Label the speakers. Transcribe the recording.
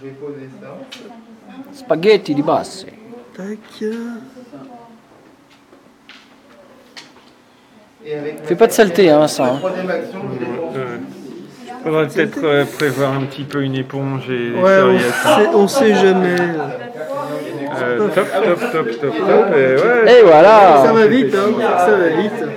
Speaker 1: Je vais poser ça.
Speaker 2: Spaghetti di base.
Speaker 3: Tac.
Speaker 1: Et avec
Speaker 2: Fais pas de saleté, hein,
Speaker 1: la
Speaker 2: Vincent. hein.
Speaker 1: troisième action, je les prends.
Speaker 4: Euh, faudrait peut-être euh, prévoir un petit peu une éponge et des
Speaker 3: Ouais, on
Speaker 4: serviettes.
Speaker 3: sait, on sait jamais.
Speaker 4: Euh, top, top, top, top, top. Et ouais,
Speaker 2: Et voilà
Speaker 3: Ça va vite, hein. Ça va vite.